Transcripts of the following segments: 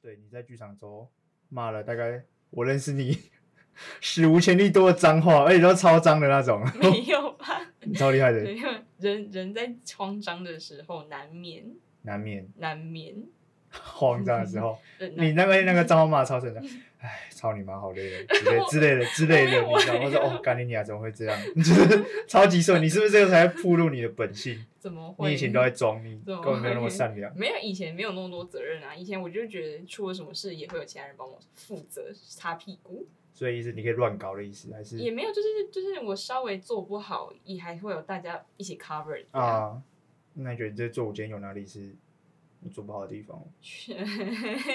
对，你在剧场周骂了大概我认识你史无前例多的脏话，而且都超脏的那 种，没有吧？超厉害的，没有，人人在慌张的时候难免难免难免。呃慌张的时 候，忍耐你那个那个脏话骂得超神的，哎，操你妈，好累人之类之类的之类的，你我知道吗？没我有说哦，干你娘，怎么会这样？ 就是超级顺，你是不是这个才暴露你的本性？怎么会？你以前都在装，你怎根么本没有那么会善良。没有以前没有那么多责任啊，以前我就觉得出了什么事也会有其他人帮我负责擦屁股，所以意思你可以乱搞的意思，还是也没有就是就是我稍微做不好，也还会有大家一起 cover 的啊。啊？那你觉得你这做午间有哪里是你做不好的地方吗？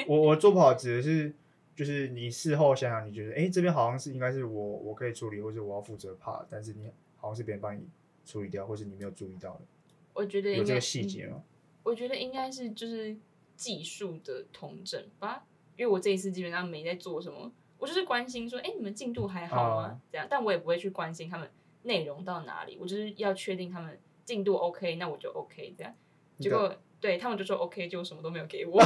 我我做不好指的是，就是你事后想想，你觉得哎、诶这边好像是应该是我我可以处理，或是我要负责怕，但是你好像是别人帮你处理掉，或是你没有注意到的， 我觉得应有该这个细节吗？我觉得应该是就是技术的统整吧，因为我这一次基本上没在做什么，我就是关心说，哎、你们进度还好吗？哦这样，但我也不会去关心他们内容到哪里，我就是要确定他们进度 OK，那我就 OK 这样。你结的果对他们就说 OK，结果什么都没有给我。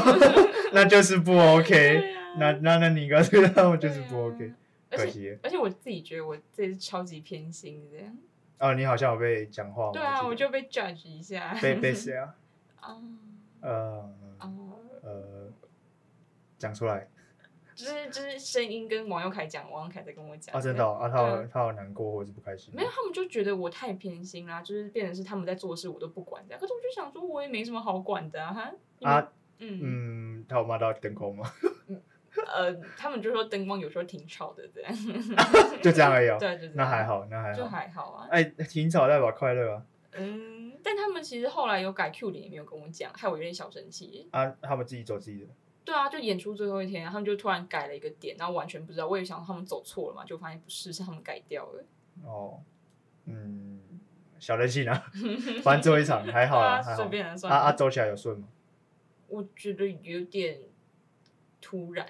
那就是 不 OK。对啊那那那你告诉他们 就是对啊不 OK，、而可且惜了而且我自己觉得我这次超级偏心这样。哦，你好像有被讲话，对啊，我记得就被 judge 一下。被被谁啊？啊呃啊！呃，讲出来就是就是声音跟王佑凯讲，王佑凯在跟我讲。嗯啊，真的哦、啊，他有他有难过或者是不开心，没有，他们就觉得我太偏心啦，就是变成是他们在做的事我都不管的。可是我就想说，我也没什么好管的啊。哈你们啊，嗯嗯，他有骂到灯光吗？ 呃，他们就说灯光有时候挺吵的，这样。就这样而已、哦， 对，就这那样还，好，那还就好，还好啊。哎，挺吵代表快乐啊。嗯，但他们其实后来有改 Q 点，也没有跟我讲，害我有点小生气。啊，他们自己走自己的，对啊，就演出最后一天，他们就突然改了一个点，然后完全不知道。我也想他们走错了嘛，就发现不是，是他们改掉了。哦，嗯，小任性 啊，反正最后一场还好对啦，啊，还随好。便啊算啊了。啊，走起来有顺吗？我觉得有点突然。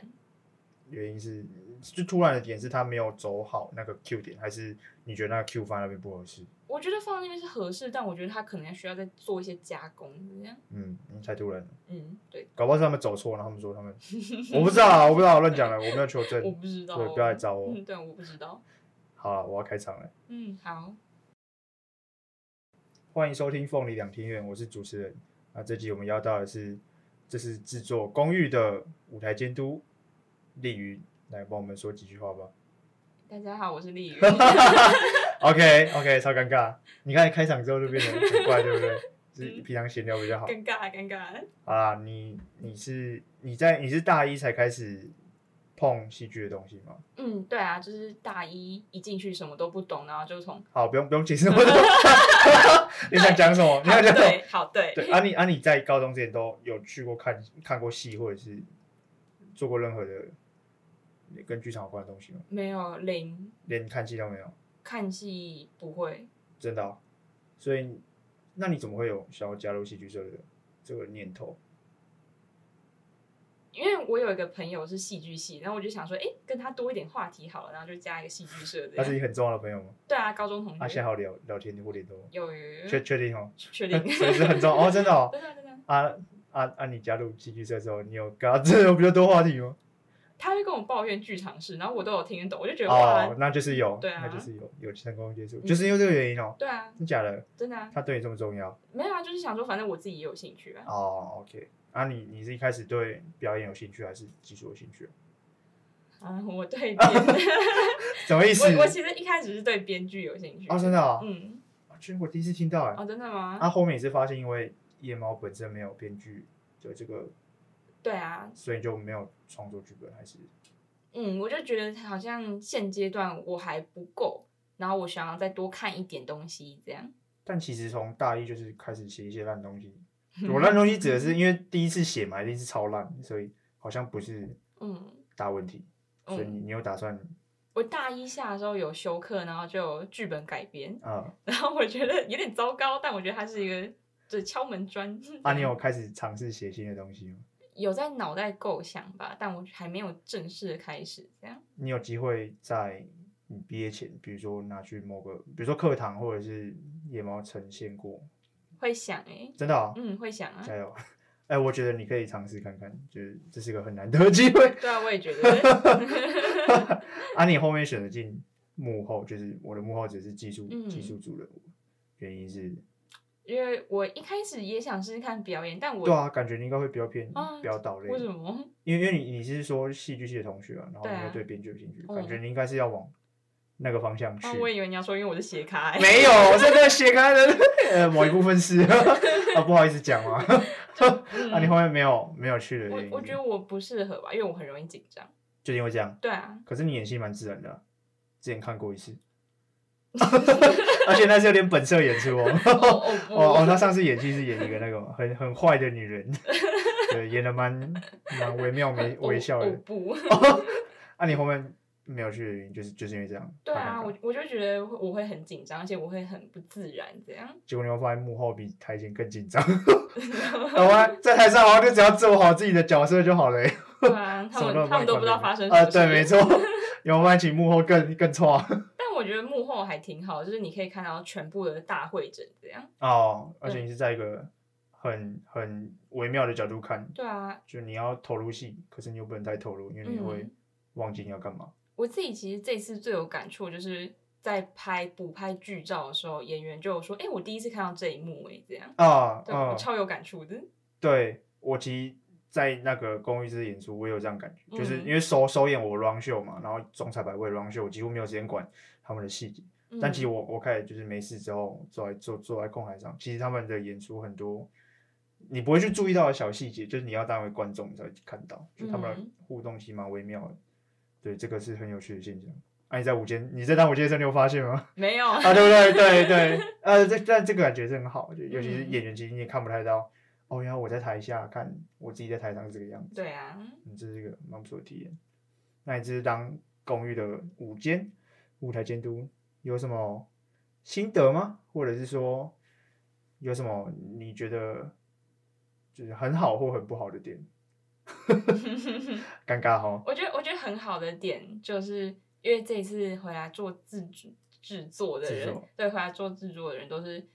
原因是就突然的点是他没有走好那个 Q 点，还是你觉得那个 Q 放在那边不合适？我觉得放在那边是合适，但我觉得他可能需要再做一些加工，这样。嗯，嗯太突然了，嗯，对，搞不好是他们走错，然后他们说他 们，我不知道啊，我不知道，乱讲了，我没有求证，我不知道。对，不要来找 我。嗯，对，我不知道。好啊了，我要开场了，嗯，好，欢迎收听《凤梨两厅院》，我是主持人。那这集我们邀到的是，这是制作《公寓》的舞台监督丽云，来帮我们说几句话吧。大家好，我是 丽云。 OK OK，超尴尬。你看开场之后就变得很怪，对不对？就是平常闲聊比较好。尴尬，尴尬。啊，你你是你在你是大一才开始碰戏剧的东西吗？嗯，对啊，就是大一一进去什么都不懂，然后就从好，不用不用解释我的。 你想讲什么？你好想讲什么？对，好对，对啊你，啊你在高中之前都有去过看看过戏，或者是做过任何的跟剧场有关的东西吗？没有零连看戏都没有，看戏不会。真的哦、所以那你怎么会有想要加入戏剧社的这个念头？因为我有一个朋友是戏剧系，然后我就想说，哎，跟他多一点话题好了，然后就加一个戏剧社这他是样。你很重要的朋友吗？对啊，高中同啊，现在学。还有聊聊天或联络吗？有有有确有，确定哦，嗯确 定。 所以是很重要哦，真的哦。真的真的，啊啊啊！你加入戏剧社之后，你有跟他 真的有比较多话题吗？他会跟我抱怨剧场事，然后我都有听得懂，我就觉得哇，哦，那就是有，对啊那就是有有成功接触，嗯就是因为这个原因哦。对啊，真假的？真的啊，他对你这么重要？没有啊，就是想说，反正我自己也有兴趣啊。哦，OK。啊你，你是一开始对表演有兴趣，还是技术有兴趣？啊，我对 编，什么意思？我我其实一开始是对编剧有兴趣。哦，真的啊、嗯，哦，居然我第一次听到哎。哦，真的吗？啊，后面也是发现，因为夜猫本身没有编剧的这个，对啊，所以就没有创作剧本，还是嗯，我就觉得好像现阶段我还不够，然后我想要再多看一点东西，这样。但其实从大一就是开始写一些烂东 西。我烂东西指的是因为第一次写嘛，一定是超烂，所以好像不是嗯大问题。所以嗯，你你有打算我大一下的时候有修课，然后就有剧本改编，啊、然后我觉得有点糟糕，但我觉得它是一个就是敲门砖。啊，你有开始尝试写新的东西吗？有在脑袋构想吧，但我还没有正式的开始这样。你有机会在你毕业前，比如说拿去某个，比如说课堂或者是野猫呈现过，会想哎、欸，真的、啊，嗯，会想啊，加油！哎、哎、我觉得你可以尝试看看，就是这是个很难得的机会。 对啊，我也觉得， 啊，你后面选择进幕后，就是我的幕后只是技术、嗯技术组的，原因是，因为我一开始也想试试看表演，但我对啊，感觉你应该会比较偏、啊比较岛类为，什么？ 因为因为你你是说戏剧系的同学啊，然后对你啊又对编剧有兴趣，嗯感觉你应该是要往那个方向去。啊，我以为你要说，因为我是斜卡、欸，没有，我在这斜开的， 呃，某一部分是 啊，不好意思讲啊， 啊，你嗯，后面没有没有去的原因，我我觉得我不适合吧，因为我很容易紧张。就因为这样。对啊，可是你演戏蛮自然的啊、之前看过一 次， 而且那是有点本色演出哦。 哦哦不，哦哦，他上次演戏是演一个那个很很坏的女 人，对，演的蛮蛮惟妙惟我惟肖我的。哦 不，啊，你后面没有去的原因就是就是因为这样。对怕尴啊，尬我我就觉得我会很紧张，而且我会很不自然，这样。结果你会发现幕后比台前更紧张。 然后呢在台上好像就只要做好自己的角色就好了、欸，对 啊，他什么们他们都不知道发生什啊、么呃，事。对，没。错。 有没有发现幕后更更错？但我觉得幕后还挺好，就是你可以看到全部的大会诊这样。哦，而且你是在一个很很微妙的角度看，对啊，就你要投入戏，可是你又不能太投入，因为你会嗯忘记你要干嘛。我自己其实这次最有感触就是。在拍补拍剧照的时候，演员就有说：“哎、我第一次看到这一幕、哎，这样，啊，对、我嗯，超有感触的。对我其实，在那个公寓之演出，我也有这样感觉，就是嗯因为首首演我 run 秀嘛，然后总彩排我也 run 秀，我几乎没有时间管他们的细节。嗯”但其实我我开始就是没事之后坐在坐坐在空台上，其实他们的演出很多你不会去注意到的小细节，就是你要当为观众你才会看到，就他们的嗯互动其实蛮微妙的。对，这个是很有趣的现象。啊，你在午间，你在当午间的时候，你有发现吗？ 没有，啊，对不对？对对，呃，这但这个感觉是很好，就尤其是嗯演员，其实你也看不太到。哦，原来我在台下看我自己在台上是这个样子，对啊，嗯，这是一个蛮不错的体验。那你这是当公寓的舞监、舞台监督，有什么心得吗？或者是说有什么你觉得就是很好或很不好的点？ 尴尬 哈，我觉得我觉得很好的点就是，因为这一次回来做制制制作的制人作，对回来做制作的人都是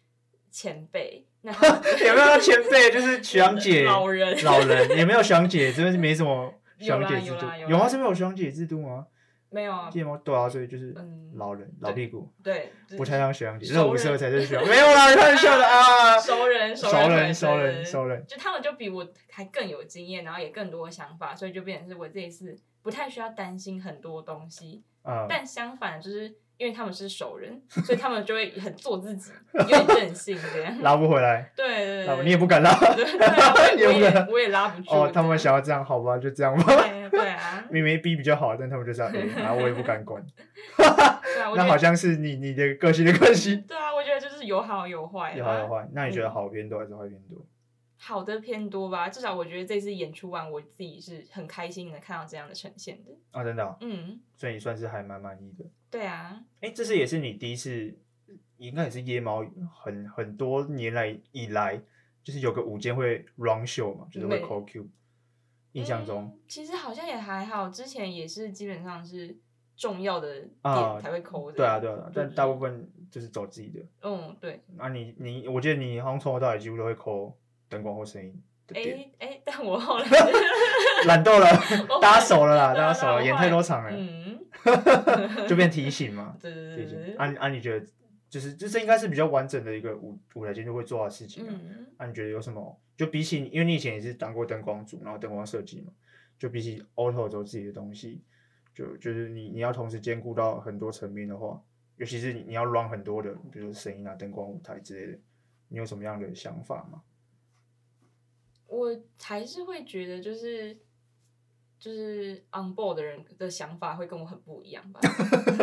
前辈，那他们有没有前辈就是学长姐、老人，老人也没有学长姐，这边是没什么学长姐制有啦有度啦。有啦有啊，这边有学长姐制度吗？没有啊，见吗？对啊，所以就是嗯老人、老屁股，对，不太当学长姐，熟人热舞社才是学长。没有啦，开玩笑的啊。熟人，熟人，人，熟对人，熟。对对人。就他们就比我还更有经验，然后也更多的想法，所以就变成是我这一次不太需要担心很多东西，啊，但相反就是因为他们是熟 人，所以他们就会很做自己，有点任性 这样。拉不回来，对对对拉不对，你也不敢拉。 对啊我也也不能我也我也拉不住。 哦，他们想要这样，好吧，就这样吧。 对对啊，明明 B 比较好，但他们就是要 A，然后我也不敢管。对啊，我觉那好得像是你你的个性的关系，对啊，我觉得就是有好有坏啦，啊有好有坏。那你觉得好偏多还是坏偏多？好的偏多吧。至少我觉得这次演出完，我自己是很开心的看到这样的呈现的。啊，真的哦，嗯，所以你算是还蛮满意的。对啊，哎，这次也是你第一次，应该也是夜猫很很多年来以来，就是有个午间会 run show 嘛，就是会对 call Q。印象中、嗯其实好像也还好，之前也是基本上是重要的啊点才会抠的。对啊对啊，对啊但对大部分就是走自己的。嗯，对。啊你，你我记得你好像从头到尾几乎都会 call 灯光或声音的点，哎哎，但我后来懒惰了， 我大家熟了啦，对啊大家熟对啊了，我演后来太多场了，嗯， 就变提醒 嘛。对对提对醒对。啊对，你啊，你觉得就是就这应该是比较完整的一个舞舞台监督会做到的事情、啊。嗯，啊，你觉得有什么？就比起你，因为你以前也是当过灯光组，然后灯光设计嘛，就比起 auto 走自己的东西，就就是你你要同时兼顾到很多层面的话，尤其是你你要 run 很多的，比如说声音啊、灯光、舞台之类的，你有什么样的想法吗？ 我还是会觉得就是就是 on board 的人的想法会跟我很不一样吧。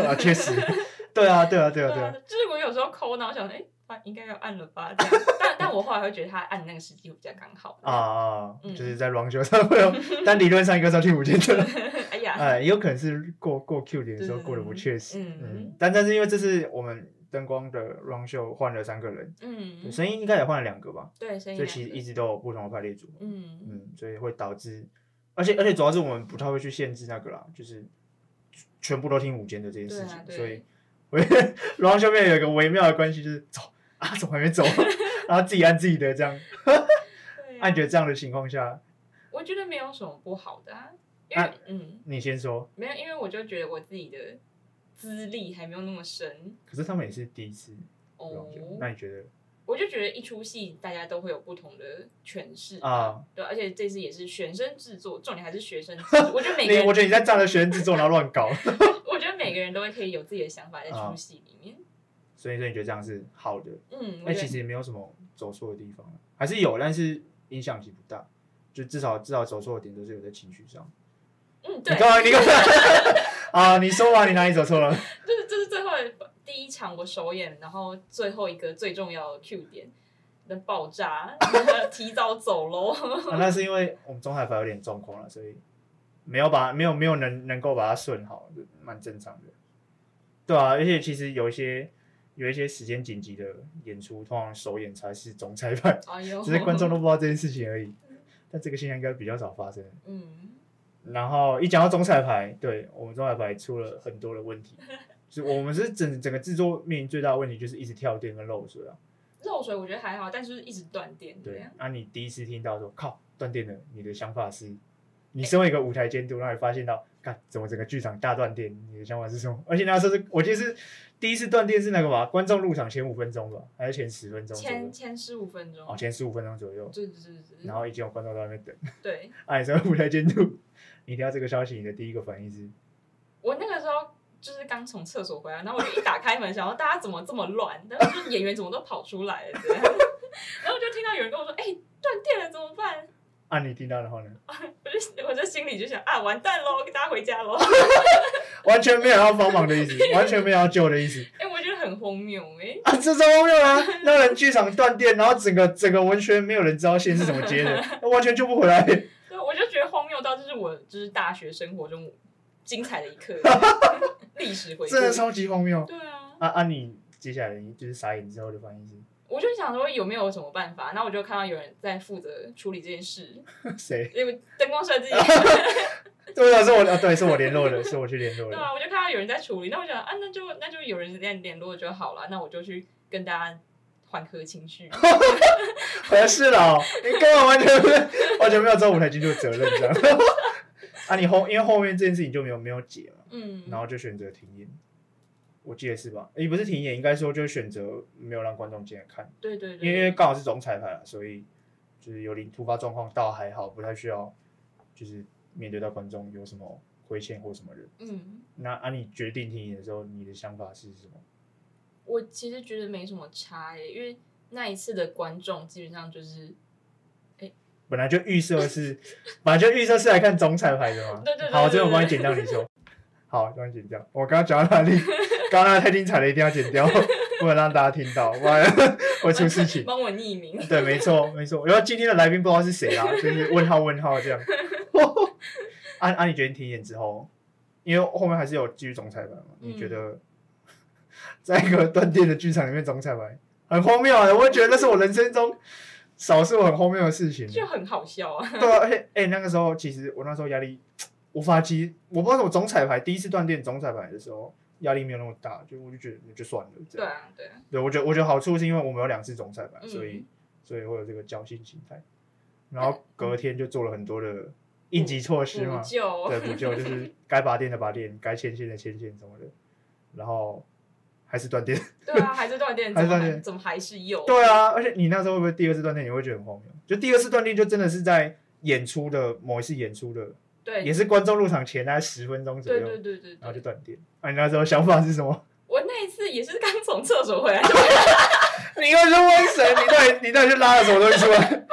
啊，确实， 对啊，对啊，对啊，对啊啊，， 就是我有时候抠，然后想，哎、他应该要按了吧？这样但但我后来会觉得他按那个时机会比较刚好。啊，啊，嗯就是在 run 球上 会有，但理论上应该是要去五间的，哎呀，哎，也有可能是过过 Q 点的时候过得不确实，嗯嗯，但但是因为这是我们灯光的 run 秀换了三个人，嗯，声音应该也换了两个吧，对，声音所两以其实个一直都有不同的排列组合，嗯嗯，所以会导致，而且而且主要是我们不太会去限制那个啦，就是全部都听午间的这件事情，对啊对所以我 然后下面有一个 微妙的关系，就是走啊，怎么还没走，然后自己按自己的这样，对啊，那、你觉得这样的情况下，我觉得没有什么不好的啊，因为、啊嗯，你先说，没有，因为我就觉得我自己的资历还没有那么深可是他们也是第一次哦用，那你觉得？我就觉得一出戏大家都会有不同的诠释啊，对，而且这次也是学生制作，重点还是学生制 作，我觉得每个你人我觉得你在仗着学生制作然后乱搞， 我觉得每个人都会可以有自己的想法在啊出戏里面。所以所以你觉得这样是好的？嗯，我那哎觉其得实也没有什么走错的地方，啊还是有，但是影响其实不大。就至少至少走错的点都是有在情绪上。嗯，你对，干嘛？你干嘛？ 啊，你说吧，你哪里走错了？ 就是这是最后的第一场我首演，然后最后一个最重要的 Q 点的爆炸，提早走喽。 啊，那是因为我们中海牌有点状况了，所以没有把没有没有能能够把它顺好，就蛮正常的。对啊，而且其实有一些有一些时间紧急的演出，通常首演才是总裁 判，哎呦，只是观众都不知道这件事情而已。但这个现象应该比较少发生。嗯，然后一讲到中彩排，对我们中彩排出了很多的问题，就是我们是整整个制作面临最大的问题就是一直跳电跟漏水啊。漏水我觉得还好，但是一直断电这对啊样，。那、你第一次听到说靠断电了，你的想法是，你身为一个舞台监督，然后你发现到，看怎么整个剧场大断电，你的想法是什么？而且那时候是我记得是第一次断电是那个吧，观众入场前五分钟吧，还是前十分钟左右前？前十五分钟哦，，前十五分钟左右，对对对对然后已经有观众在那边等。对啊，你身为舞台监督，你听到这个消息，你的第一个反应是，我那个时候。就是刚从厕所回来，然后我就一打开门，想说大家怎么这么乱，然后就是演员怎么都跑出来了，这样然后我就听到有人跟我说：“哎、断电了，怎么办？”啊，你听到然后呢？我就我就心里就想啊，完蛋喽，大家回家喽。完全没有要帮忙的意思，完全没有要救的意思。 哎、我觉得很荒谬哎、啊，这超荒谬啊！让人剧场断电，然后整个整个完全没有人知道线是怎么接的，完全救不回来。对，我就觉得荒谬到这是我就是大学生活中精彩的一刻， 历史回顾真。的超级荒谬。对啊，啊啊！你接下来你就是傻眼之后的反应我就想说有没有什么办法，那我就看到有人在负责处理这件事，是 谁？因为灯光 设计，对啊，是我啊，对，是我联络的，是我去联络对的。 啊，我就看到有人在处理，那我想啊，那就那就有人联联络就好了，那我就去跟大家缓和情 绪。合适了哦，你根本完全没有完全没有做舞台剧的责任这样。 啊，你后因为后面这件事情就没有没有解嘛，嗯，然后就选择停演。我记得是吧？也不是停演，应该说就选择没有让观众进来看，对对对，因为因为刚好是总彩排了，所以就是有零突发状况倒还好，不太需要就是面对到观众有什么亏欠或什么人。嗯。那啊，你决定停演的时候，你的想法是什么？我其实觉得没什么差耶、欸因为那一次的观众基本上就是，本来就预设是， 本来就预设是来看总彩排的嘛。 对对对对好，这个对我帮你剪掉，你说。好，帮你剪掉。我刚刚讲到哪里？ 刚刚那个太精彩了，一定要剪掉， 不能让大家听到，不然 会出事情。 嗯帮我匿名。对，没错，没错。然后今天的来宾不知道是谁 啊，就是问号问号这样。啊啊，你决定停演之后，因为后面还是有继续总彩排嘛？嗯你觉得在一个断电的剧场里面总彩排很荒谬啊？我会觉得那是我人生中少数很荒谬的事情。就很好笑啊！对啊，而且哎、那个时候其实我那时候压力无法其，我不知道我总彩排第一次断电总彩排的时候压力没有那么大，就我就觉得就算了这对样。啊，对啊，对，我觉得我觉得好处是因为我们有两次总裁吧，嗯所以所以会有这个侥幸心态。然后隔天就做了很多的应急措施嘛补，救对，补救就是该拔电的拔电，该牵线的牵线什么的，然后还是断电。 对啊，还是断电，还是怎么断电还怎么还是有？对啊，而且你那时候会不会第二次断电，你会觉得很荒谬？就第二次断电就真的是在演出的某一次演出的，对也是观众入场前大概十分钟左对右，对对对然后就对，断电。啊，你那时候想法是什么？我那一次也是刚从厕所回来，我就你又是瘟神，你到底你到底是拉了什么东西出来？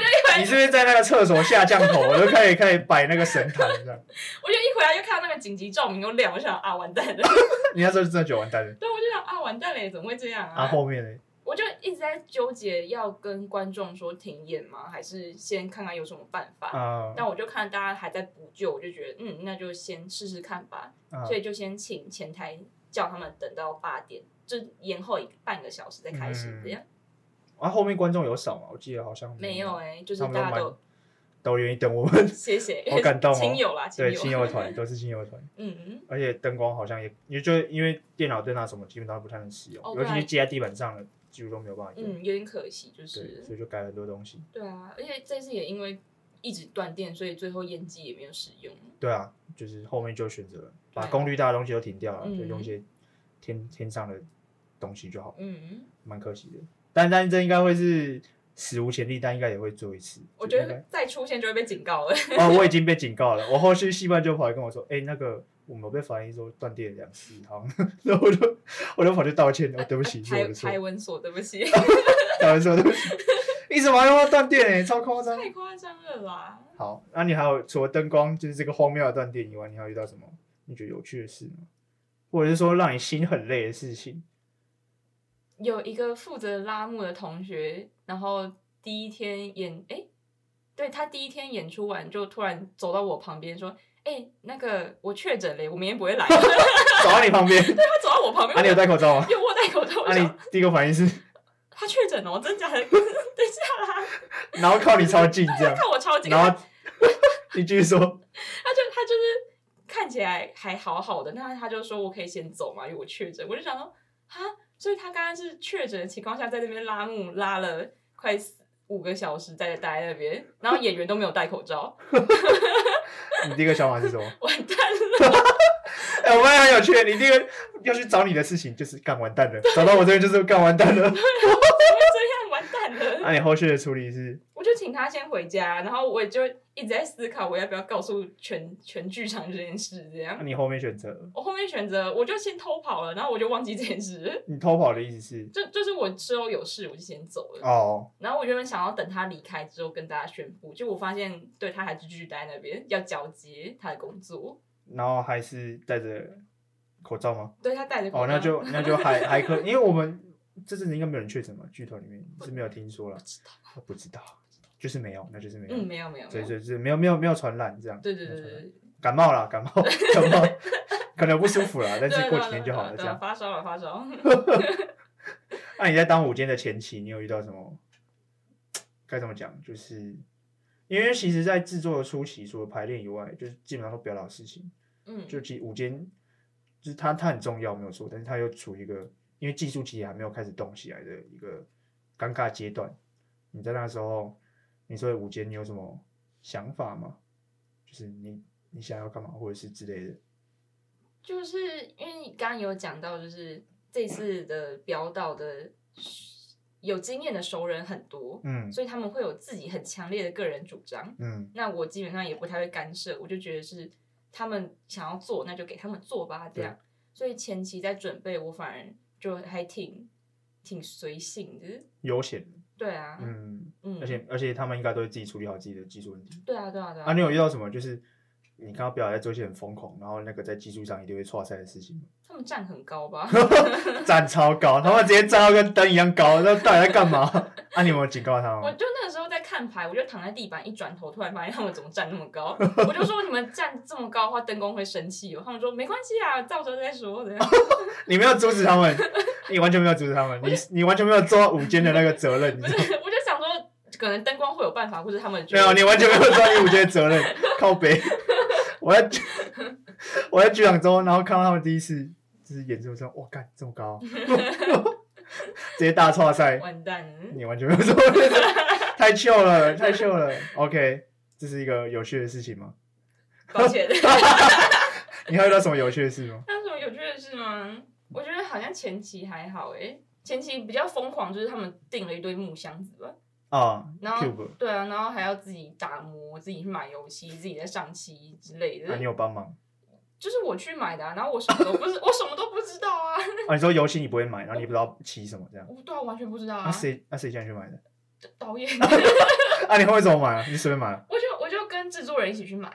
一回你来，是不是在那个厕所下降头，我都开始开始摆那个神坛这样？我就一回来就看到那个紧急照明又亮，我想啊完蛋了，你那时候就真的觉得完蛋了。对，我就想啊完蛋了，怎么会这样啊，后面呢？我就一直在纠结要跟观众说停演吗？还是先看看有什么办法？啊但我就看大家还在补救，我就觉得嗯，那就先试试看吧，啊所以就先请前台叫他们等到八点，就延后一个半个小时再开始嗯这样。啊！后面观众有少吗？我记得好像没有，哎、就是他们都大家蛮都都愿意等我们。谢谢，好感动哦 亲友啦， 亲对，友，亲友团都是亲友团，嗯，而且灯光好像也，也就因为电脑灯啊什么，基本上不太能使用，哦尤其对是接在地板上的，几乎都没有办法用。嗯，有点可惜，就对，是所以就改了很多东西。对啊，而且这次也因为一直断电，所以最后烟机也没有使用。对啊，就是后面就选择把对啊功率大的东西都停掉了，嗯就用一些天天上的东西就好，嗯，蛮可惜的。但但这应该会是史无前例，但应该也会做一次。我就觉应得再出现就会被警告了。该 哦，我已经被警告了。我后续戏班就跑来跟我说，哎、那个我们被法院说断电两次，好， 然后我就我就跑去道歉，哦，对不起，是我台的错台，文所，对不起，道歉说对不 起。一直玩要断电、欸，超夸张。太夸张了啦。好，那你还有除了灯光，就是这个荒谬的断电以外，你还有遇到什么你觉得有趣的事吗？或者是说让你心很累的事情？有一个负责拉幕的同学，然后第一天演，哎、对他第一天演出完就突然走到我旁边说：“哎、那个我确诊了，我明天不会 来。”他走到你旁边， 走到我旁边，啊，你有戴口罩吗？有我戴口罩，我啊，想、你第一个反应是，他确诊了，真假的？ 等一下啦，然后靠你超近这样他，看我超级，然他就后你继续说，他就是看起来还好好的，那他就说我可以先走嘛，因为我确诊。我就想说，哈，所以他刚刚是确诊的情况下在那边拉幕拉了快四五个小时，在待在那边，然后演员都没有戴口罩。 你第一个想法是什么？完蛋了， 哎、我发现很有趣，你第一个要去找你的事情就是干完蛋了，找到我这边就是干完蛋了。 这样完蛋那、了。你后续的处理是，我就请他先回家，然后我就一直在思考我要不要告诉全全剧场这件事。这那、样，你后面选择，我后面选择我就先偷跑了，然后我就忘记这件事。你偷跑的意思是，就就是我之后有事我就先走了，哦，然后我原本想要等他离开之后跟大家宣布，就我发现对他还是继续待在那边要交接他的工作，然后还是戴着口罩吗？对他戴着口罩，哦，那就那就还 还可，因为我们这阵子应该没有人确诊嘛，剧团里面是没有听说了，我不知道，就是没有，那就是没有，嗯没有没有没对有，对对，没有没有没有传染这样，对对没对有传染对感冒了，感冒 感冒，可能不舒服 了，对，但对是啊过对啊几天对就啊好了对这啊样。发烧了发烧， 那你在当午间的前期，你有遇到什么？该怎么讲？就是因为其实，在制作的初期，除了排练以外，就是基本上都表达事情，嗯，就其实午间，就是它它很重要没有错，但是它又处于一个因为技术其实还没有开始动起来的一个尴尬阶段。你在那时候，你说午间你有什么想法吗？就是你你想要干嘛，或者是之类的？就是因为你刚刚有讲到，就是这次的标到的有经验的熟人很多，嗯所以他们会有自己很强烈的个人主张。嗯，那我基本上也不太会干涉，我就觉得是他们想要做，那就给他们做吧，这样。所以前期在准备，我反而就还挺挺随性的。悠闲，对啊，嗯，嗯，而且而且他们应该都会自己处理好自己的技术问题。对啊，对啊，对啊，你有遇到什么就是你看到表达在做一些很疯狂，然后那个在技术上一定会错赛的事情吗？他们站很高 吧？站超高，他们直接站到跟灯一样高，那到底在干嘛？啊，你有没有警告他我吗？就那个时候在看牌，我就躺在地板，一转头突然发现他们怎么站那么 高，我就说你们站这么高的话，灯光会生气哦。他们说没关系啊，到时候再说 的。你没有阻止他们，你完全没有阻止他们，你你完全没有做到午间的那个责任，你不知是 道吗？，我就想说可能灯光会有办法，或者他们觉没得有，你完全没有做到午间的责任，靠北。我在剧我在剧场中，然后看到他们第一次就是演出的时候，哇，干这么高， 直接大错赛，完蛋了。你完全没有做到这个，太秀了，太秀了。OK，这是一个有趣的事情吗？抱 歉，你还有遇到什么有趣的事吗？还有什么有趣的事吗？我觉得好像前期还好诶、前期比较疯狂就是他们订了一堆木箱子吧，啊然后，Cube，对啊，然后还要自己打磨，自己去买油漆，自己在上漆之类的，啊，你有帮忙就是我去买的、啊，然后我什么都不是，我什么都不知 道啊。啊？你说游戏你不会买，然后你不知道骑什么这样？我对啊，完全不知道那啊。谁那谁叫你去买的？导演，啊，你后面怎么买啊？你随便买啊。我就我就跟制作人一起去买，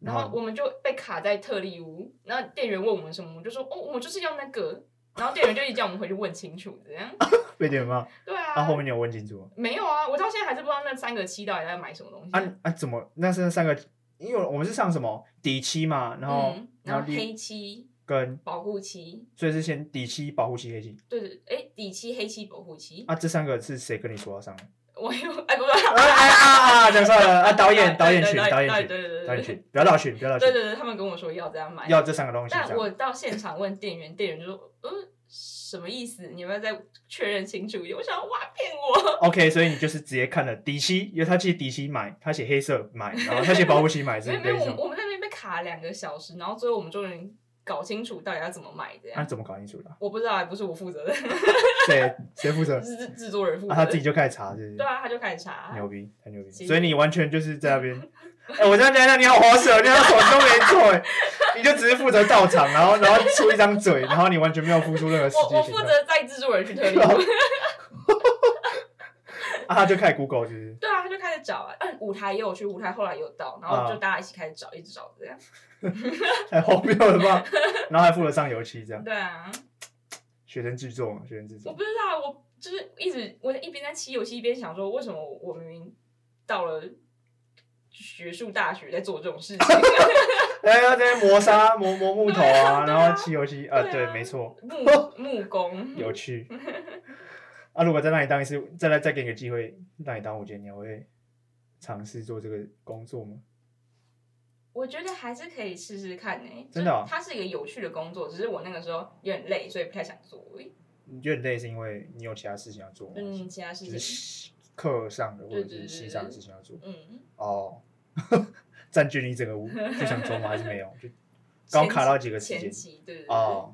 然嗯后我们就被卡在特例屋，然后店员问我们什么，我就说哦，我就是要那个，然后店员就一直叫我们回去问清楚，这样。被点吗？对啊， 啊，后面你有问清楚吗没有啊，我到现在还是不知道那三个七到底在买什么东西。啊啊？怎么？那是那三个，因为我们是上什么底漆嘛，然后嗯，然然后后第黑漆、跟保护漆，所以是先底漆、保护漆、黑漆对对，哎，底漆、黑漆、保护漆，啊，这三个是谁跟你说要 上的？我有哎，不是啊啊啊啊！讲错了啊，导演导演群导演对群对导对演对对群，不要导群不要导对群，对，他们跟我说要这样买，要这三个东西这但样。我到现场问店员，店员就说，嗯，什么意思？你要不要再确认清楚一点？我想要哇骗我， OK，所以你就是直接看了底漆，因为他其实底漆买，他写黑色买，然后他写保护漆买是没有那没有，我们种，我们在那边被卡了两个小时，然后最后我们终于搞清楚到底要怎么买这那、样。怎么搞清楚的啊？ 我不知道，也不是我负责的， 谁谁负责？制制制作人负责啊，的。他自己就开始查，是不是？对啊，他就开始查。牛逼，太牛逼！其实所以你完全就是在那 边，哎、我这样讲讲你好滑舌，你好什么都没做，哎，你就只是负责到场，然后然后出一张嘴，然后你完全没有付出任何实我际我行负动，责带制作人去推理。 啊，他就开始 Google 是不是？ 对啊，他就开始找啊，嗯，舞台也有去，舞台后来也有到，然啊后就大家一起开始找，一直找这样。太荒谬了吧？然后还付了上油漆，这样对啊，学生制作嘛，学生制我作，不知道，我就是一直我一边在漆油漆，一边想说，为什么我明明到了学术大学在做这种事情， 哎呀，这些磨砂磨磨木头啊，对啊然后漆油漆，啊，对啊对，没错，木 木工，有趣。啊，如果再让你当一次，再来再给你个机会，让你当五间，你还会尝试做这个工作吗？我觉得还是可以试试看呢、真的哦就是它是一个有趣的工作，只是我那个时候有点累，所以不太想做。你觉得很累是因为你有其他事情要做吗？嗯，其他事就情，是课上的或对者是对系对上的对事情要做嗯，哦，占据你整个屋就想做吗？还是没有？就 刚前卡到几个时前间期对对对，哦，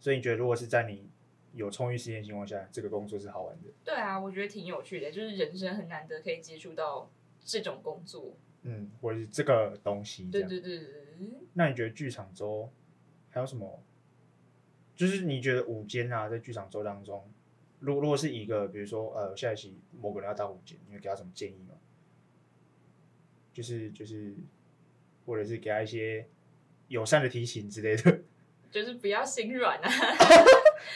所以你觉得如果是在你有充裕时间的情况下，这个工作是好玩的？对啊，我觉得挺有趣的，就是人生很难得可以接触到这种工作。嗯，或者是这个东西这对样。对对对对，那你觉得剧场周还有什么？就是你觉得午间啊，在剧场周当中，如果如果是一个，比如说呃，下一期某个人要当午间，你会给他什么建议吗？就是就是，或者是给他一些友善的提醒之类的，就是不要心软 啊，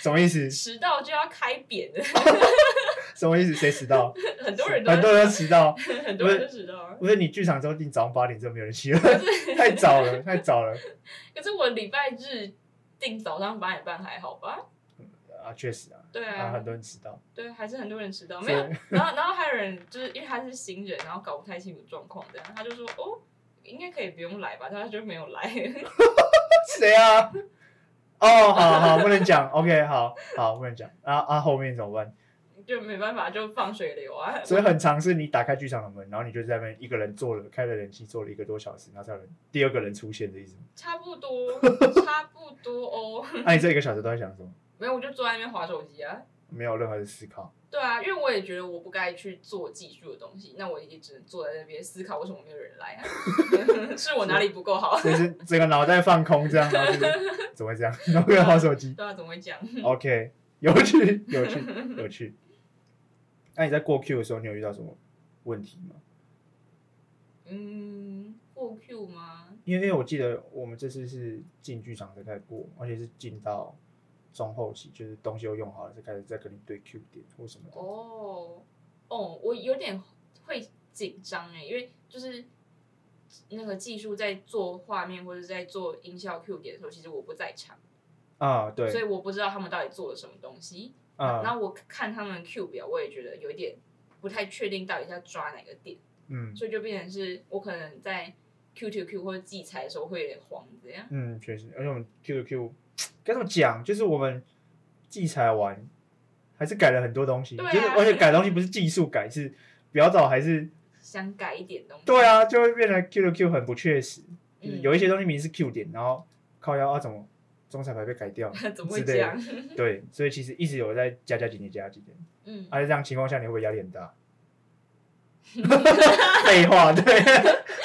什么意思？迟到就要开扁的，什么意思？谁迟到？很多人都很多人都迟到。很多人都迟到啊。不是你剧场周定早上八点，真的没有人去了， 太早了，太早了可是我礼拜日定早上八点半还好吧？啊！确实啊，对啊，啊，很多人迟到。对，还是很多人迟到，所没以有。然后然后还有人就是因为他是新人，然后搞不太清楚状况的，他就说哦。应该可以不用来吧，他就没有来。 谁啊？哦，好好，不能讲。OK，好好，不能讲。啊啊，后面怎么办？就没办法，就放水流啊。所以很常是你打开剧场的门，然后你就在那边一个人坐了，开了冷气坐了一个多小时，然后才有人第二个人出现的意思吗。差不多，差不多哦。那、你这一个小时都在想什么？没有，我就坐在那边划手机啊。没有任何的思考。对啊，因为我也觉得我不该去做技术的东西，那我也只能坐在那边思考为什么没有人来 啊？是我哪里不够好？就是整个脑袋放空这样，然后就是怎么会这样，然后又玩手机。 对啊，怎么会讲？ OK，有趣，有趣，有趣。那、你在过 Q 的时候，你有遇到什么问题吗？嗯，过 Q 吗？因为因为我记得我们这次是进剧场才开始过，而且是进到中后期，就是东西都用好了，才开始再跟你对 Q 点或什么的。哦，哦，我有点会紧张哎，因为就是那个技术在做画面或者在做音效 Q 点的时候，其实我不在场，啊、所对，以我不知道他们到底做了什么东西。啊、然后我看他们 Q 表，我也觉得有一点不太确定到底要抓哪个点，嗯所以就变成是我可能在 Q to Q 或者记材的时候会有点慌，这样。嗯，确实，而且我们 Q Q 该怎么讲，就是我们器材完还是改了很多东西，对啊就是而且改东西不是技术改，是表导还是想改一点东西，对啊，就会变得 Q Q 很不确实，就是嗯，有一些东西明明是 Q 点，然后靠腰啊怎么中彩排被改掉 了怎么会之类这的样？ 对，所以其实一直有在加加减减加加减减。嗯，而且这样情况下，你会不会压力很大？ 废话，对，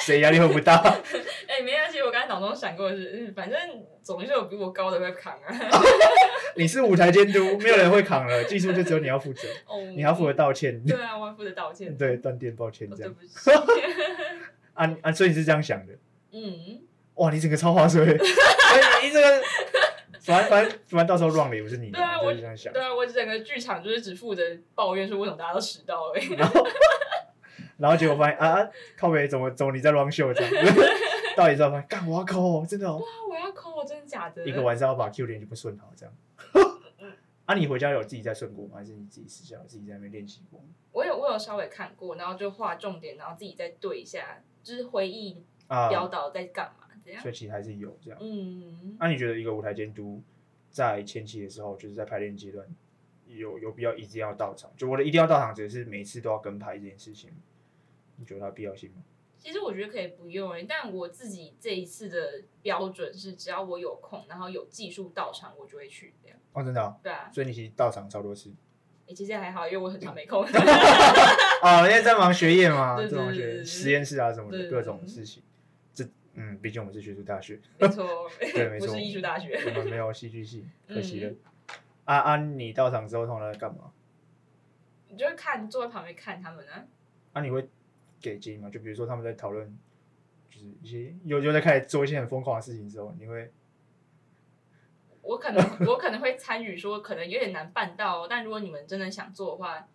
谁压力会不大？哎，没关系，我刚才脑中闪过的是，嗯，反正总是有比我高的会扛啊。 你是舞台监督，没有人会扛了，技术就只有你要负责，哦，你还要负责道歉，对啊，我要负责道歉。对，断电抱歉哦，这对样不起。 啊啊，所以你是这样想的，嗯，哇，你整个超划水，哎，你这个，反正反正反正到时候乱了也不是你的，对啊我我就是这样想对，啊，我整个剧场就是只负责抱怨说为什么大家都迟到而已。然后 然后结果发现啊，啊靠北怎么怎么你在乱秀这样， 到底知道吗？干我要扣哦，真的哦， 啊，我要扣，真的假的？一个晚上要把 Q 连全部顺好这样。 啊，你回家有自己在顺过吗？还是你自己私下有自己在那边练习过吗？我有我有稍微看过，然后就画重点，然后自己再对一下，就是回忆啊，标导在干嘛这样。所以其实还是有这样。啊嗯，那、你觉得一个舞台监督在前期的时候，就是在排练阶段，有有必要一定要到场。就我的一定要到场，只是每次都要跟拍这件事情，你觉得它有必要性吗？其实我觉得可以不用诶、但我自己这一次的标准是，只要我有空，然后有技术到场，我就会去这样。哦，真的、哦，对啊，所以你其实到场超多次也其实还好，因为我很常 没空。啊，因为在忙学业嘛， 对在忙对对学对业实验室啊什么的对对各种事情。这嗯，毕竟我们是学术大学，没错，对没不错是艺术大学。我们没有戏剧系，可惜了嗯。啊啊，你到场之后通常在干嘛？你就会看坐在旁边看他们啊，啊，你会给建议吗？就比如说他们在讨论，就是一些又又在开始做一些很疯狂的事情之后，你会我可能我可能会参与，说可能有点难办到、哦，但如果你们真的想做的话，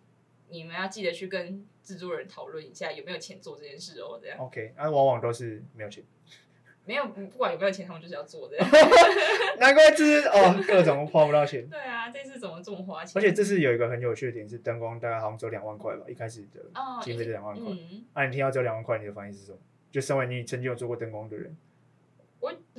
你们要记得去跟制作人讨论一下有没有钱做这件事哦，这样 OK？那、往往都是没有钱，没有不管有没有钱，他们就是 要做这样。难怪这是哦，各种花不到钱。对啊，这次怎么这么花而钱？且这次有一个很有趣的点是，灯光大概好像只有两万块吧，一开始的哦，经费是两万块。嗯，啊，你听到只有两万块，你的反应是什么？就身为你曾经有做过灯光的人，我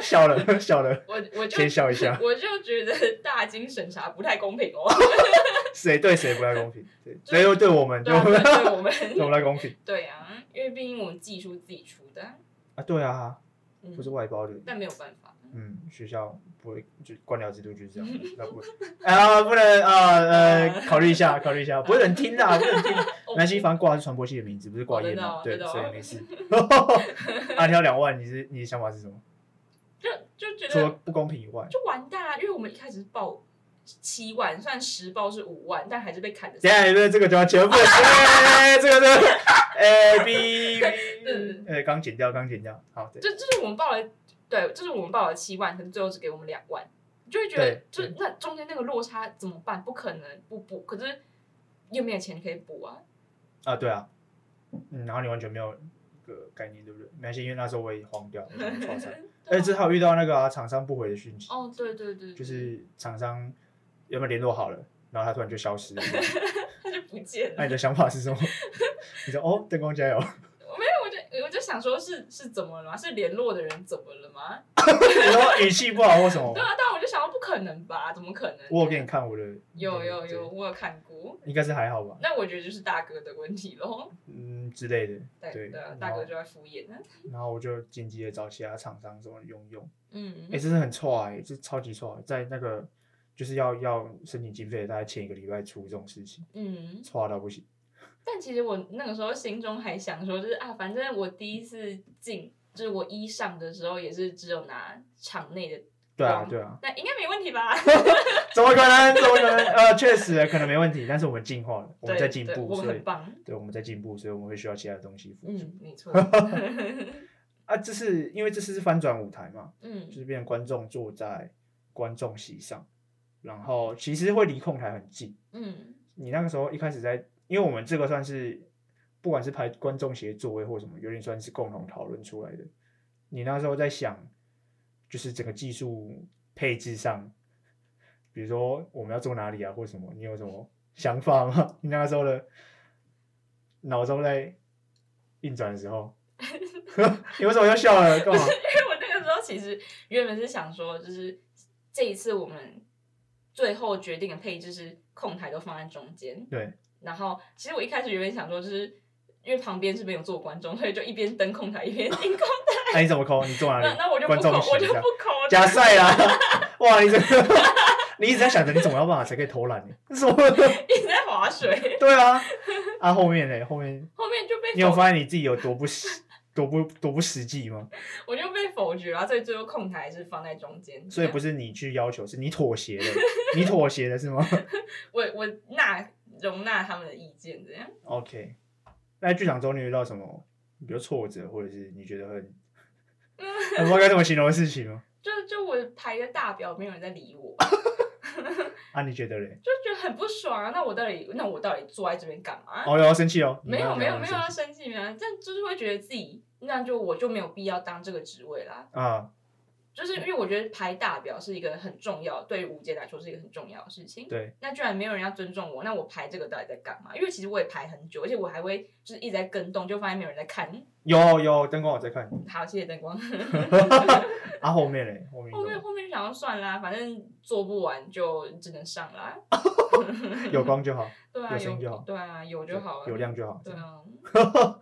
笑了笑了，我我就先笑一下， 我就觉得大金审查不太公平 哦， 谁对谁不太公平？对，谁又对我们对啊，我对们对 我对我们们来公平对啊，因为毕竟我们技术自己出的啊，啊？对啊，嗯不，是外包的，但没有办法，嗯，学校不会就官僚制度就是这嗯 样，那不会啊，不能啊 呃，考虑一下，考虑一下，不会有人听的啊，不会有人听。哦没关系，反正挂的是传播系的名字，不是挂业嘛，哦对真，的哦所以真的哦没事。啊，挑两万，你是你的想法是什么？就就觉除了得不公平以外，就完蛋啦，因为我们一开始是报七万，算实报是五万，但还是被砍的。等一下，这这个就要全部， 哎这个这个，哎 B，对哎，刚剪掉，刚剪掉，好，对，这这嗯是我们报了，对，这是我们报了七万，可是最后只给我们两万，你就会觉得对，就对那中间那个落差怎么办？不可能不补，可是又没有钱可以补啊。啊，对啊，嗯，然后你完全没有一个概念，对不对？没关系，因为那时候我也慌掉，我想说操 哎，至少遇到那个啊厂商不回的讯息，哦，对对对，对就是厂商原本联络好了，然后他突然就消失了。 他就不见那了。你的想法是什么？ 你说哦，灯光加油， 我没有， 我就我就想说是是怎么了吗？是联络的人怎么了吗？你说语气不好或什么对？啊，但我就想说不可能吧，怎么可能？我有给你看我的，有对有对有，我有看过。应该是还好吧，那我觉得就是大哥的问题喽，嗯之类的。对对对啊，，大然哥后就在敷衍啊。然后我就紧急的找其他厂商什么用用，嗯，哎，真的很错哎，这超级错，在那个就是要要申请经费，大概前一个礼拜出这种事情，嗯，错到不行。但其实我那个时候心中还想说，就是啊，反正我第一次进，就是我一上的时候也是只有拿场内的，对啊光对啊， 那应该没问题吧？怎么可能？怎么可能？呃，确实可能没问题，但是我们进化了，我对，们在进对步，我们所以很棒。对，我们在进步，所以我们会需要其他的东西辅助。嗯，没错。啊，这是因为这次是翻转舞台嘛，就嗯是变成观众坐在观众席上，然后其实会离控台很近。嗯你那个时候一开始在，因为我们这个算是不管是排观众席的座位或什么，有点算是共同讨论出来的。你那时候在想，就是整个技术配置上，比如说我们要坐哪里啊，或什么，你有什么想法吗？ 你那个时候的脑中在运转的时候， 你为什么又笑了？ 干嘛？因为我那个时候其实原本是想说，就是这一次我们最后决定的配置是控台都放在中间，对，然后其实我一开始原本想说，就是因为旁边是没有坐观众，所以就一边登控台一边盯 控，那、啊你怎么抠？你坐哪那里？那我就不观抠，众席我就这不样 抠，加赛啦！哇，你这个，你一直在想着你怎么样办法才可以偷懒呢？ 什么？一直在划水，对啊，啊后面呢？后面后面就被你有否，发现你自己有多不实、多不多不实际吗？我就被否决啊了，所以最后控台是放在中间，所以不是你去要求，是你妥协了，你妥协了是吗我我纳容纳他们的意见，这样？OK，那在剧场中你遇到什么比较挫折，或者是你觉得很 很不知道该怎么形容的事情吗？就就我排的大表没有人在理我。啊，你觉得嘞？就觉得很不爽啊！那我到底那我到底坐在这边干嘛？哦，有要生气哦？你没有没有要没有啊生要气生气没有，但就是会觉得自己那就我就没有必要当这个职位啦。啊，就是因为我觉得排大表是一个很重要，对于吴杰来说是一个很重要的事情。对，那居然没有人要尊重我，那我排这个到底在干嘛？因为其实我也排很久，而且我还会就是一直在跟动，就发现没有人在看。有有灯光我在看，好，谢谢 灯光。啊后面嘞，后面后面有后面就想要算啦，反正做不完就只能上啦。有光就好，对啊，有声音就好有对啊，有就好了。有亮就好，对啊，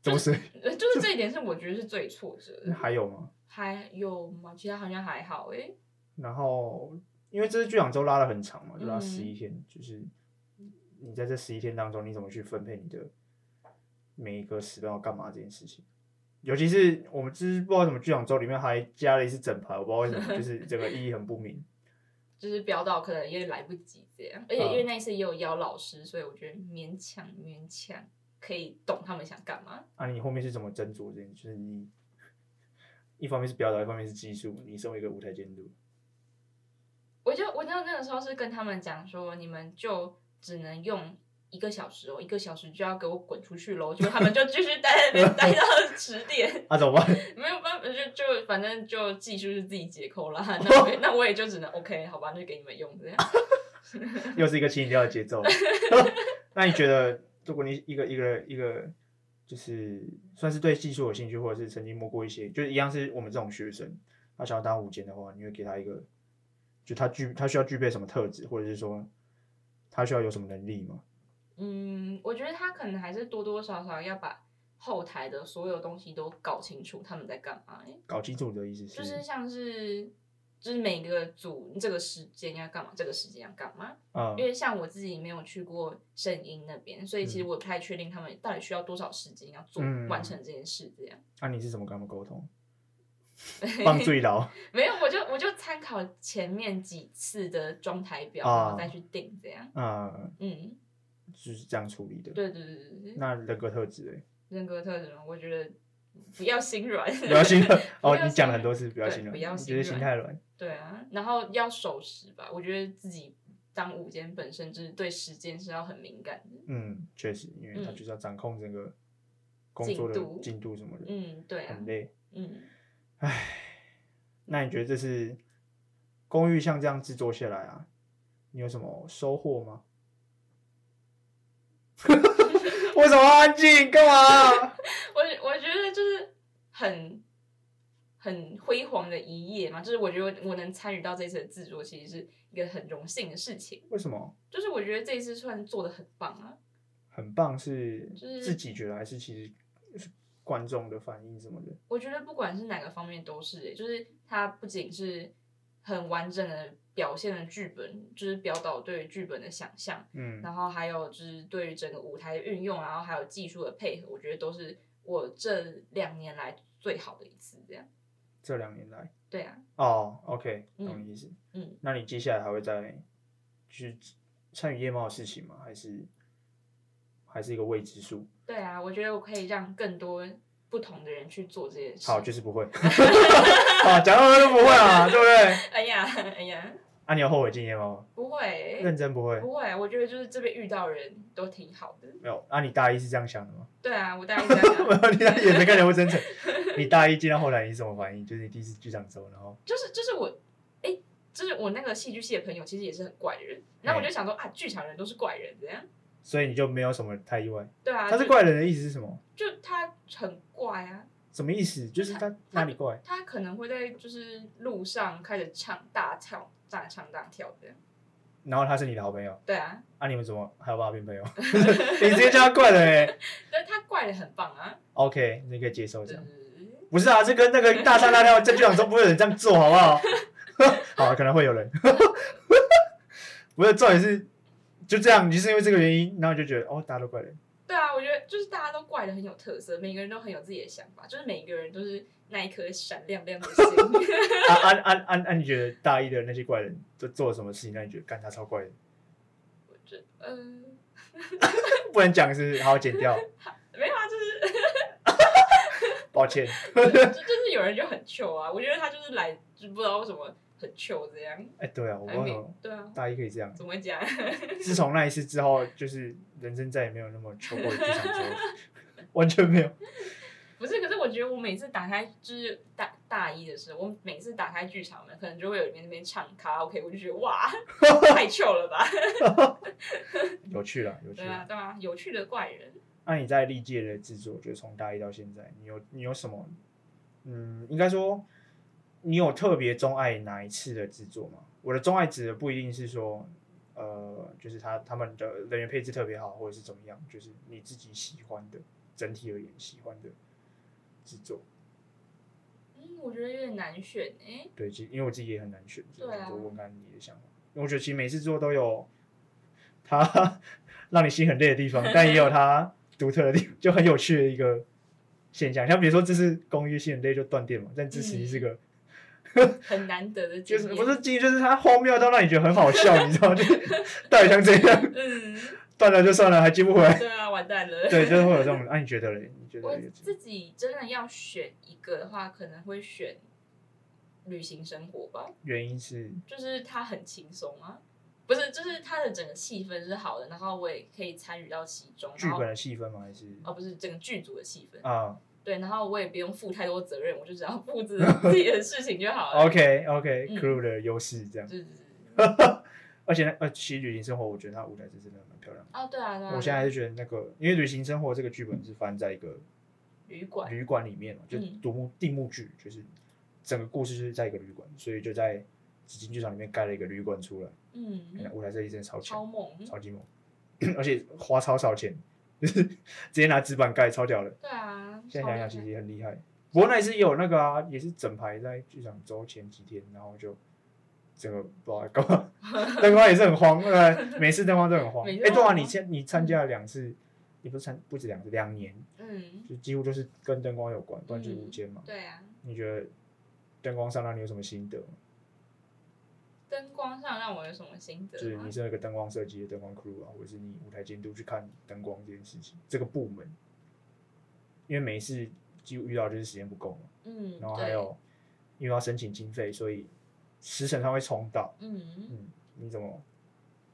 怎么是？呃就是这一点是我觉得是最挫折那的。还有吗？还有吗？其他好像还好诶、然后因为这次剧场周拉的很长嘛，就拉嗯十一天，就是你在这十一天当中，你怎么去分配你的每一个时段要干嘛这件事情？尤其是我们就是不知道为什么剧场周里面还加了一次整排，我不知道为什么，就是这个意义很不明。就是飙到可能也来不及这样，而且嗯因为那一次也有邀老师，所以我觉得勉强勉强可以懂他们想干嘛。啊，你后面是怎么斟酌这件事？就是你 一方面是表达，一方面是技术，你身为一个舞台监督，我就我那那个时候是跟他们讲说，你们就只能用一个小时哦，一个小时就要给我滚出去喽。结果他们就继续待在那边待到十点， 啊，怎么办？没有办法，就就反正就技术是自己解扣啦。那我也那我也就只能 OK，好吧，那就给你们用这样。又是一个清饮料的节奏。那你觉得，如果你一个一个一个，就是算是对技术有兴趣，或者是曾经摸过一些，就是一样是我们这种学生，他想要当舞监的话，你会给他一个，就他具他需要具备什么特质，或者是说他需要有什么能力吗？嗯，我觉得他可能还是多多少少要把后台的所有东西都搞清楚，他们在干嘛、欸。搞清楚我的意思是，就是像是就是每个组这个时间要干嘛，这个时间要干嘛。嗯因为像我自己没有去过圣音那边，所以其实嗯我不太确定他们到底需要多少时间要做、嗯完成这件事。这样 那、你是怎么跟他们沟通？放最 牢，没有，我就我就参考前面几次的装台表，然啊后再去定这样。嗯，嗯，就是这样处理的。对对对对对对，那人格特质、欸，人格特质嘛，我觉得不要心软， 不要心软不哦，要你讲了心软很多次，不要对心软，不要你心就是心软太软。对啊，然后要守时吧。我觉得自己当午间本身就是对时间是要很敏感的。嗯，确实，因为他嗯就是要掌控整个工作的进度进度什么的，嗯，对啊很，累。嗯，那你觉得这是公寓像这样制作下来啊，你有什么收获吗？ 为什么安静？干嘛？啊我我觉得就是很很辉煌的一页嘛，就是我觉得我能参与到这次的制作，其实是一个很荣幸的事情。 为什么？就是我觉得这一次算做的很棒啊，很棒，是就是自己觉得还是其实是观众的反应什么的？我觉得不管是哪个方面都是、欸，就是它不仅是很完整的表现了剧本，就是表导对剧本的想象。嗯然后还有就是对于整个舞台的运用，然后还有技术的配合，我觉得都是我这两年来最好的一次。这样，这两年来对啊，哦，OK，嗯懂你意思。嗯，那你接下来还会再去参与夜猫的事情吗？还是还是一个未知数？对啊，我觉得我可以让更多不同的人去做这件事。好，就是不会。 啊，讲到都不会啊，对不对？ 哎呀，哎呀，啊，你有后悔进夜猫吗？不会、认真不会。不会，我觉得就是这边遇到的人都挺好的。没有，啊，你大一是这样想的吗？ 对啊，我大概这样你的眼神看起来不真诚。 你大一进到后来，你是什么反应？就是你第一次剧场周，然后就是就是我，哎、就是我那个戏剧系的朋友，其实也是很怪的人。然后嗯我就想说啊，剧场人都是怪人，怎样？所以你就没有什么太意外。对啊，他是就，怪人的意思是什么？就他很怪啊。什么意思？就是他哪里怪？他可能会在就是路上开始唱大跳大唱大跳的，然后他是你的好朋友，对啊，啊，你们怎么还有办法变朋友？ 你直接叫他怪人哎、但他怪的很棒啊， OK，你可以接受这对样对。对对不是啊，这跟那个大三大跳在剧场中不会有人这样做，好不好？ 好、可能会有人。 不是，重点是就这样，你就是因为这个原因，然后你就觉得哦，大家都怪人。对啊，我觉得就是大家都怪的很有特色，每个人都很有自己的想法，就是每一个人都是那一颗闪亮亮的心。 啊啊啊啊啊！你觉得大一的那些怪人都做了什么事情，让你觉得干他超怪人？我觉得，嗯、不能讲是不是好剪掉，没有啊，就是抱歉。就就是有人就很糗啊，我觉得他就是来就不知道为什么很糗这样，哎、对啊，我不知还道为没什么对啊，大一可以这样。怎么讲？自从那一次之后，就是人生再也没有那么求过的剧 场周，完全没有。不是，可是我觉得我每次打开就是打大一的时候，我每次打开剧场门，可能就会有人在那边唱卡拉 OK，我就觉得 哇，太糗了吧？有趣了，有趣对啦。啊，对啊，有趣的怪人。那、你在历届的制作，就是从大一到现在，你有你有什么？嗯，应该说你有特别钟爱哪一次的制作吗？我的钟爱指的不一定是说，呃，就是他他们的人员配置特别好，或者是怎么样，就是你自己喜欢的，整体而言喜欢的制作。嗯，我觉得有点难选欸诶、对，其因为我自己也很难选，所以对啊我问看你的想法。因为我觉得其实每次做都有它 让你心很累的地方，但也有 它独特的地方，就很有趣的一个现象。像比如说这次公寓心很累就断电嘛，但这实际是个、嗯很难得的经就验。是不是经历，就是它荒谬到让你觉得很好笑，你知道吗？ 就是到底想怎样？嗯，断了就算了，还接不回来。对啊，完蛋了。对，就是会有这种。那、啊、你觉得嘞？你觉我得有这？自己真的要选一个的话，可能会选旅行生活吧，原因是就是它很轻松啊，不是，就是它的整个气氛是好的，然后我也可以参与到其中，剧然后本的戏分吗？还是哦，不是整个剧组的气氛，啊对，然后我也不用负太多责任，我就只要负责自己的事情就好了。 ？OK OK 嗯 crew 的优势这样。 就是而且呢，呃，其实旅行生活，我觉得它舞台是真的蛮漂亮的。哦，对啊，对啊，我现在还是觉得那个，因为旅行生活这个剧本是翻在一个旅馆，旅馆里面嘛，就嗯独幕定幕剧，就是整个故事就是在一个旅馆，所以就在紫金剧场里面盖了一个旅馆出来。哎嗯，舞台设计真的超超强，猛，超级猛， 而且花超少钱，就是直接拿纸板盖，超屌的。对啊，现在想超厉害想其实也很厉害。不过那一次也有那个啊，也是整排在剧场周前几天，然后就整个不知道在干嘛，灯光也是很慌，呃，每次灯光都很慌。每哎、次都很对啊，慌你参你参加了两次，也不是参不止两次，两年，嗯，就几乎就是跟灯光有关，不然就是嗯无间嘛。对啊，你觉得灯光上让你有什么心得吗？灯光上让我有什么心得就是吗你？身为一个灯光设计的灯光 crew 啊，或者是你舞台监督去看灯光这件事情，这个部门，因为每一次几乎遇到就是时间不够嘛，嗯，然后对还有因为要申请经费，所以时程上会冲到。嗯，嗯，你怎么？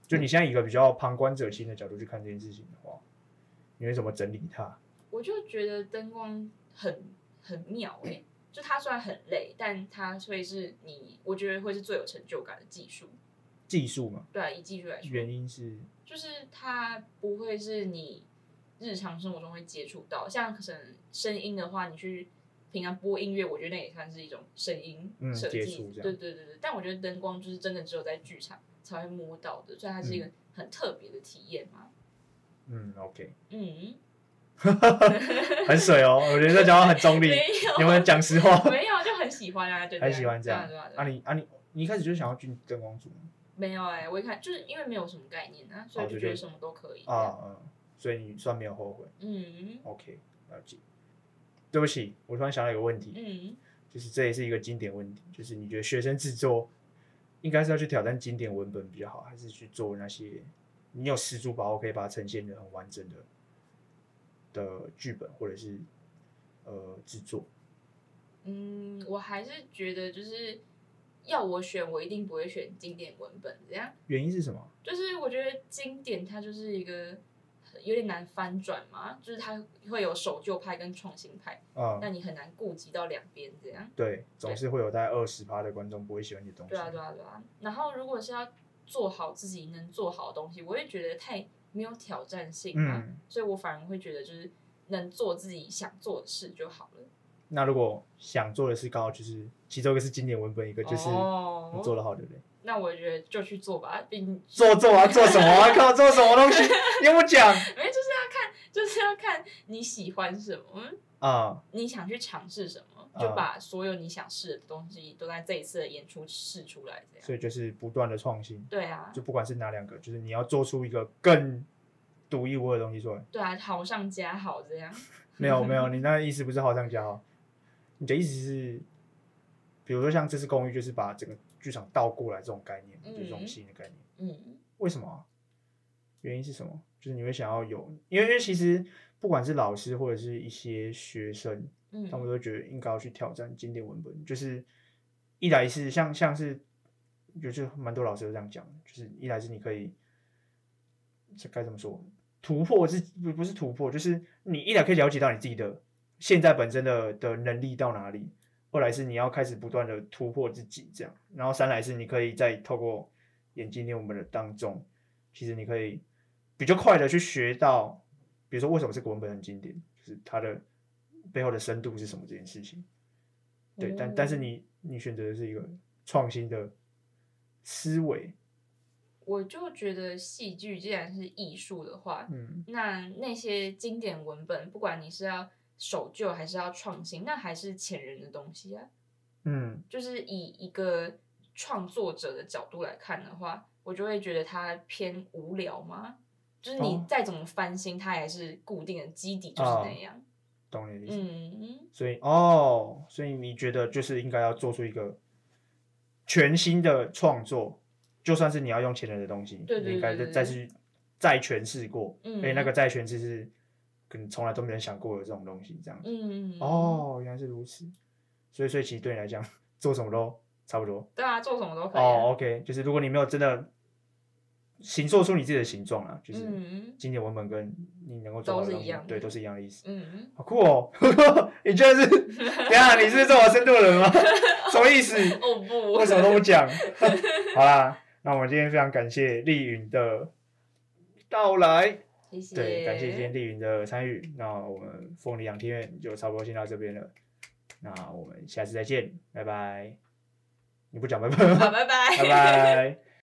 就你现在以一个比较旁观者清的角度去看这件事情的话，你会怎么整理它？我就觉得灯光很很妙哎、就它虽然很累，但它会是你，我觉得会是最有成就感的技术。技术嘛，对啊、以技术来说，原因是就是它不会是你日常生活中会接触到，像可能声音的话，你去平常播音乐，我觉得那也算是一种声音嗯设接计。触这样对对对对，但我觉得灯光就是真的只有在剧场才会摸到的，所以它是一个很特别的体验嘛。嗯，OK，嗯，很水哦，我觉得这讲话很中立没，有，有没有讲实话？ 没有，就很喜欢啊，对对对很喜欢这样对啊对啊对啊啊你啊你，你一开始就想要进灯光组吗没有哎、我一看就是因为没有什么概念啊，所以哦就就觉觉得得什么都可以。啊，嗯，所以你算没有后悔嗯，OK，了解。对不起，我突然想到一个问题，嗯，就是这也是一个经典问题，就是你觉得学生制作应该是要去挑战经典文本比较好，还是去做那些你有十足把握可以把它呈现的很完整的的剧本或者是呃制作？嗯，我还是觉得就是要我选，我一定不会选经典文本。这样原因是什么？就是我觉得经典它就是一个有点难翻转嘛，就是它会有守旧派跟创新派，啊、那你很难顾及到两边这样。对，总是会有大概二十趴的观众不会喜欢你的东西。对啊，对啊，对啊。然后如果是要做好自己能做好的东西，我会觉得太没有挑战性啊。嗯，所以我反而会觉得就是能做自己想做的事就好了。那如果想做的事刚好就是其中一个是经典文本，一个就是你做哦，的好的人。那我觉得就去做吧，并做做啊，做什么啊？靠，做什么东西？你又不讲没有就是要看，就是要看你喜欢什么，啊？你想去尝试什么，啊就把所有你想试的东西都在这一次的演出试出来，这样。所以就是不断的创新，对啊就，不管是哪两个，就是你要做出一个更独一无二的东西出来。对啊，好上加好这 样。没有没有，你那个意思不是好上加好，你的意思是，比如说像这次公寓，就是把整个剧场倒过来这种概念，嗯就是这种新的概念。嗯为什么啊？原因是什么？就是你会想要有，因为因为其实不管是老师或者是一些学生，他们嗯都觉得应该要去挑战经典文本，就是一来是像像是，就是蛮多老师都这样讲，就是一来是你可以，这该怎么说？突破是不不是突破，就是你一来可以了解到你自己的现在本身的的能力到哪里，二来是你要开始不断的突破自己，这样，然后三来是你可以再透过眼睛练我们的当中，其实你可以比较快的去学到，比如说为什么这个文本很经典，就是它的背后的深度是什么这件事情。对，但但是你你选择的是一个创新的思维，我就觉得戏剧既然是艺术的话，嗯，那那些经典文本，不管你是要守旧还是要创新，那还是前人的东西啊。嗯，就是以一个创作者的角度来看的话，我就会觉得它偏无聊嘛。就是你哦啊再怎么翻新，它还是固定的基底就是那样。懂你的意思。嗯，所以哦，所以你觉得就是应该要做出一个全新的创作，就算是你要用前人的东西，对对对你应该再再去再诠释过，嗯而且那个再诠释是可能从来都没人想过有这种东西这样子。嗯，哦，原来是如此。所以，所以其实对你来讲，做什么都差不多。对啊，做什么都可以、啊。哦，OK，就是如果你没有真的形塑出你自己的形状啊，就是嗯经典文本跟你能够做都到的是东一西样的对，都是一样的意思。嗯，好酷哦！ 你居然是，等一下你是这么深度的人吗？什么意思？哦不，为什么都不讲？ 好啦，那我们今天非常感谢丽云的到来， 谢谢，对，感谢今天丽云的参与。那我们凤梨养天院就差不多先到这边了，那我们下次再见，拜拜。你不讲拜拜好，吗？ 拜拜，拜。拜。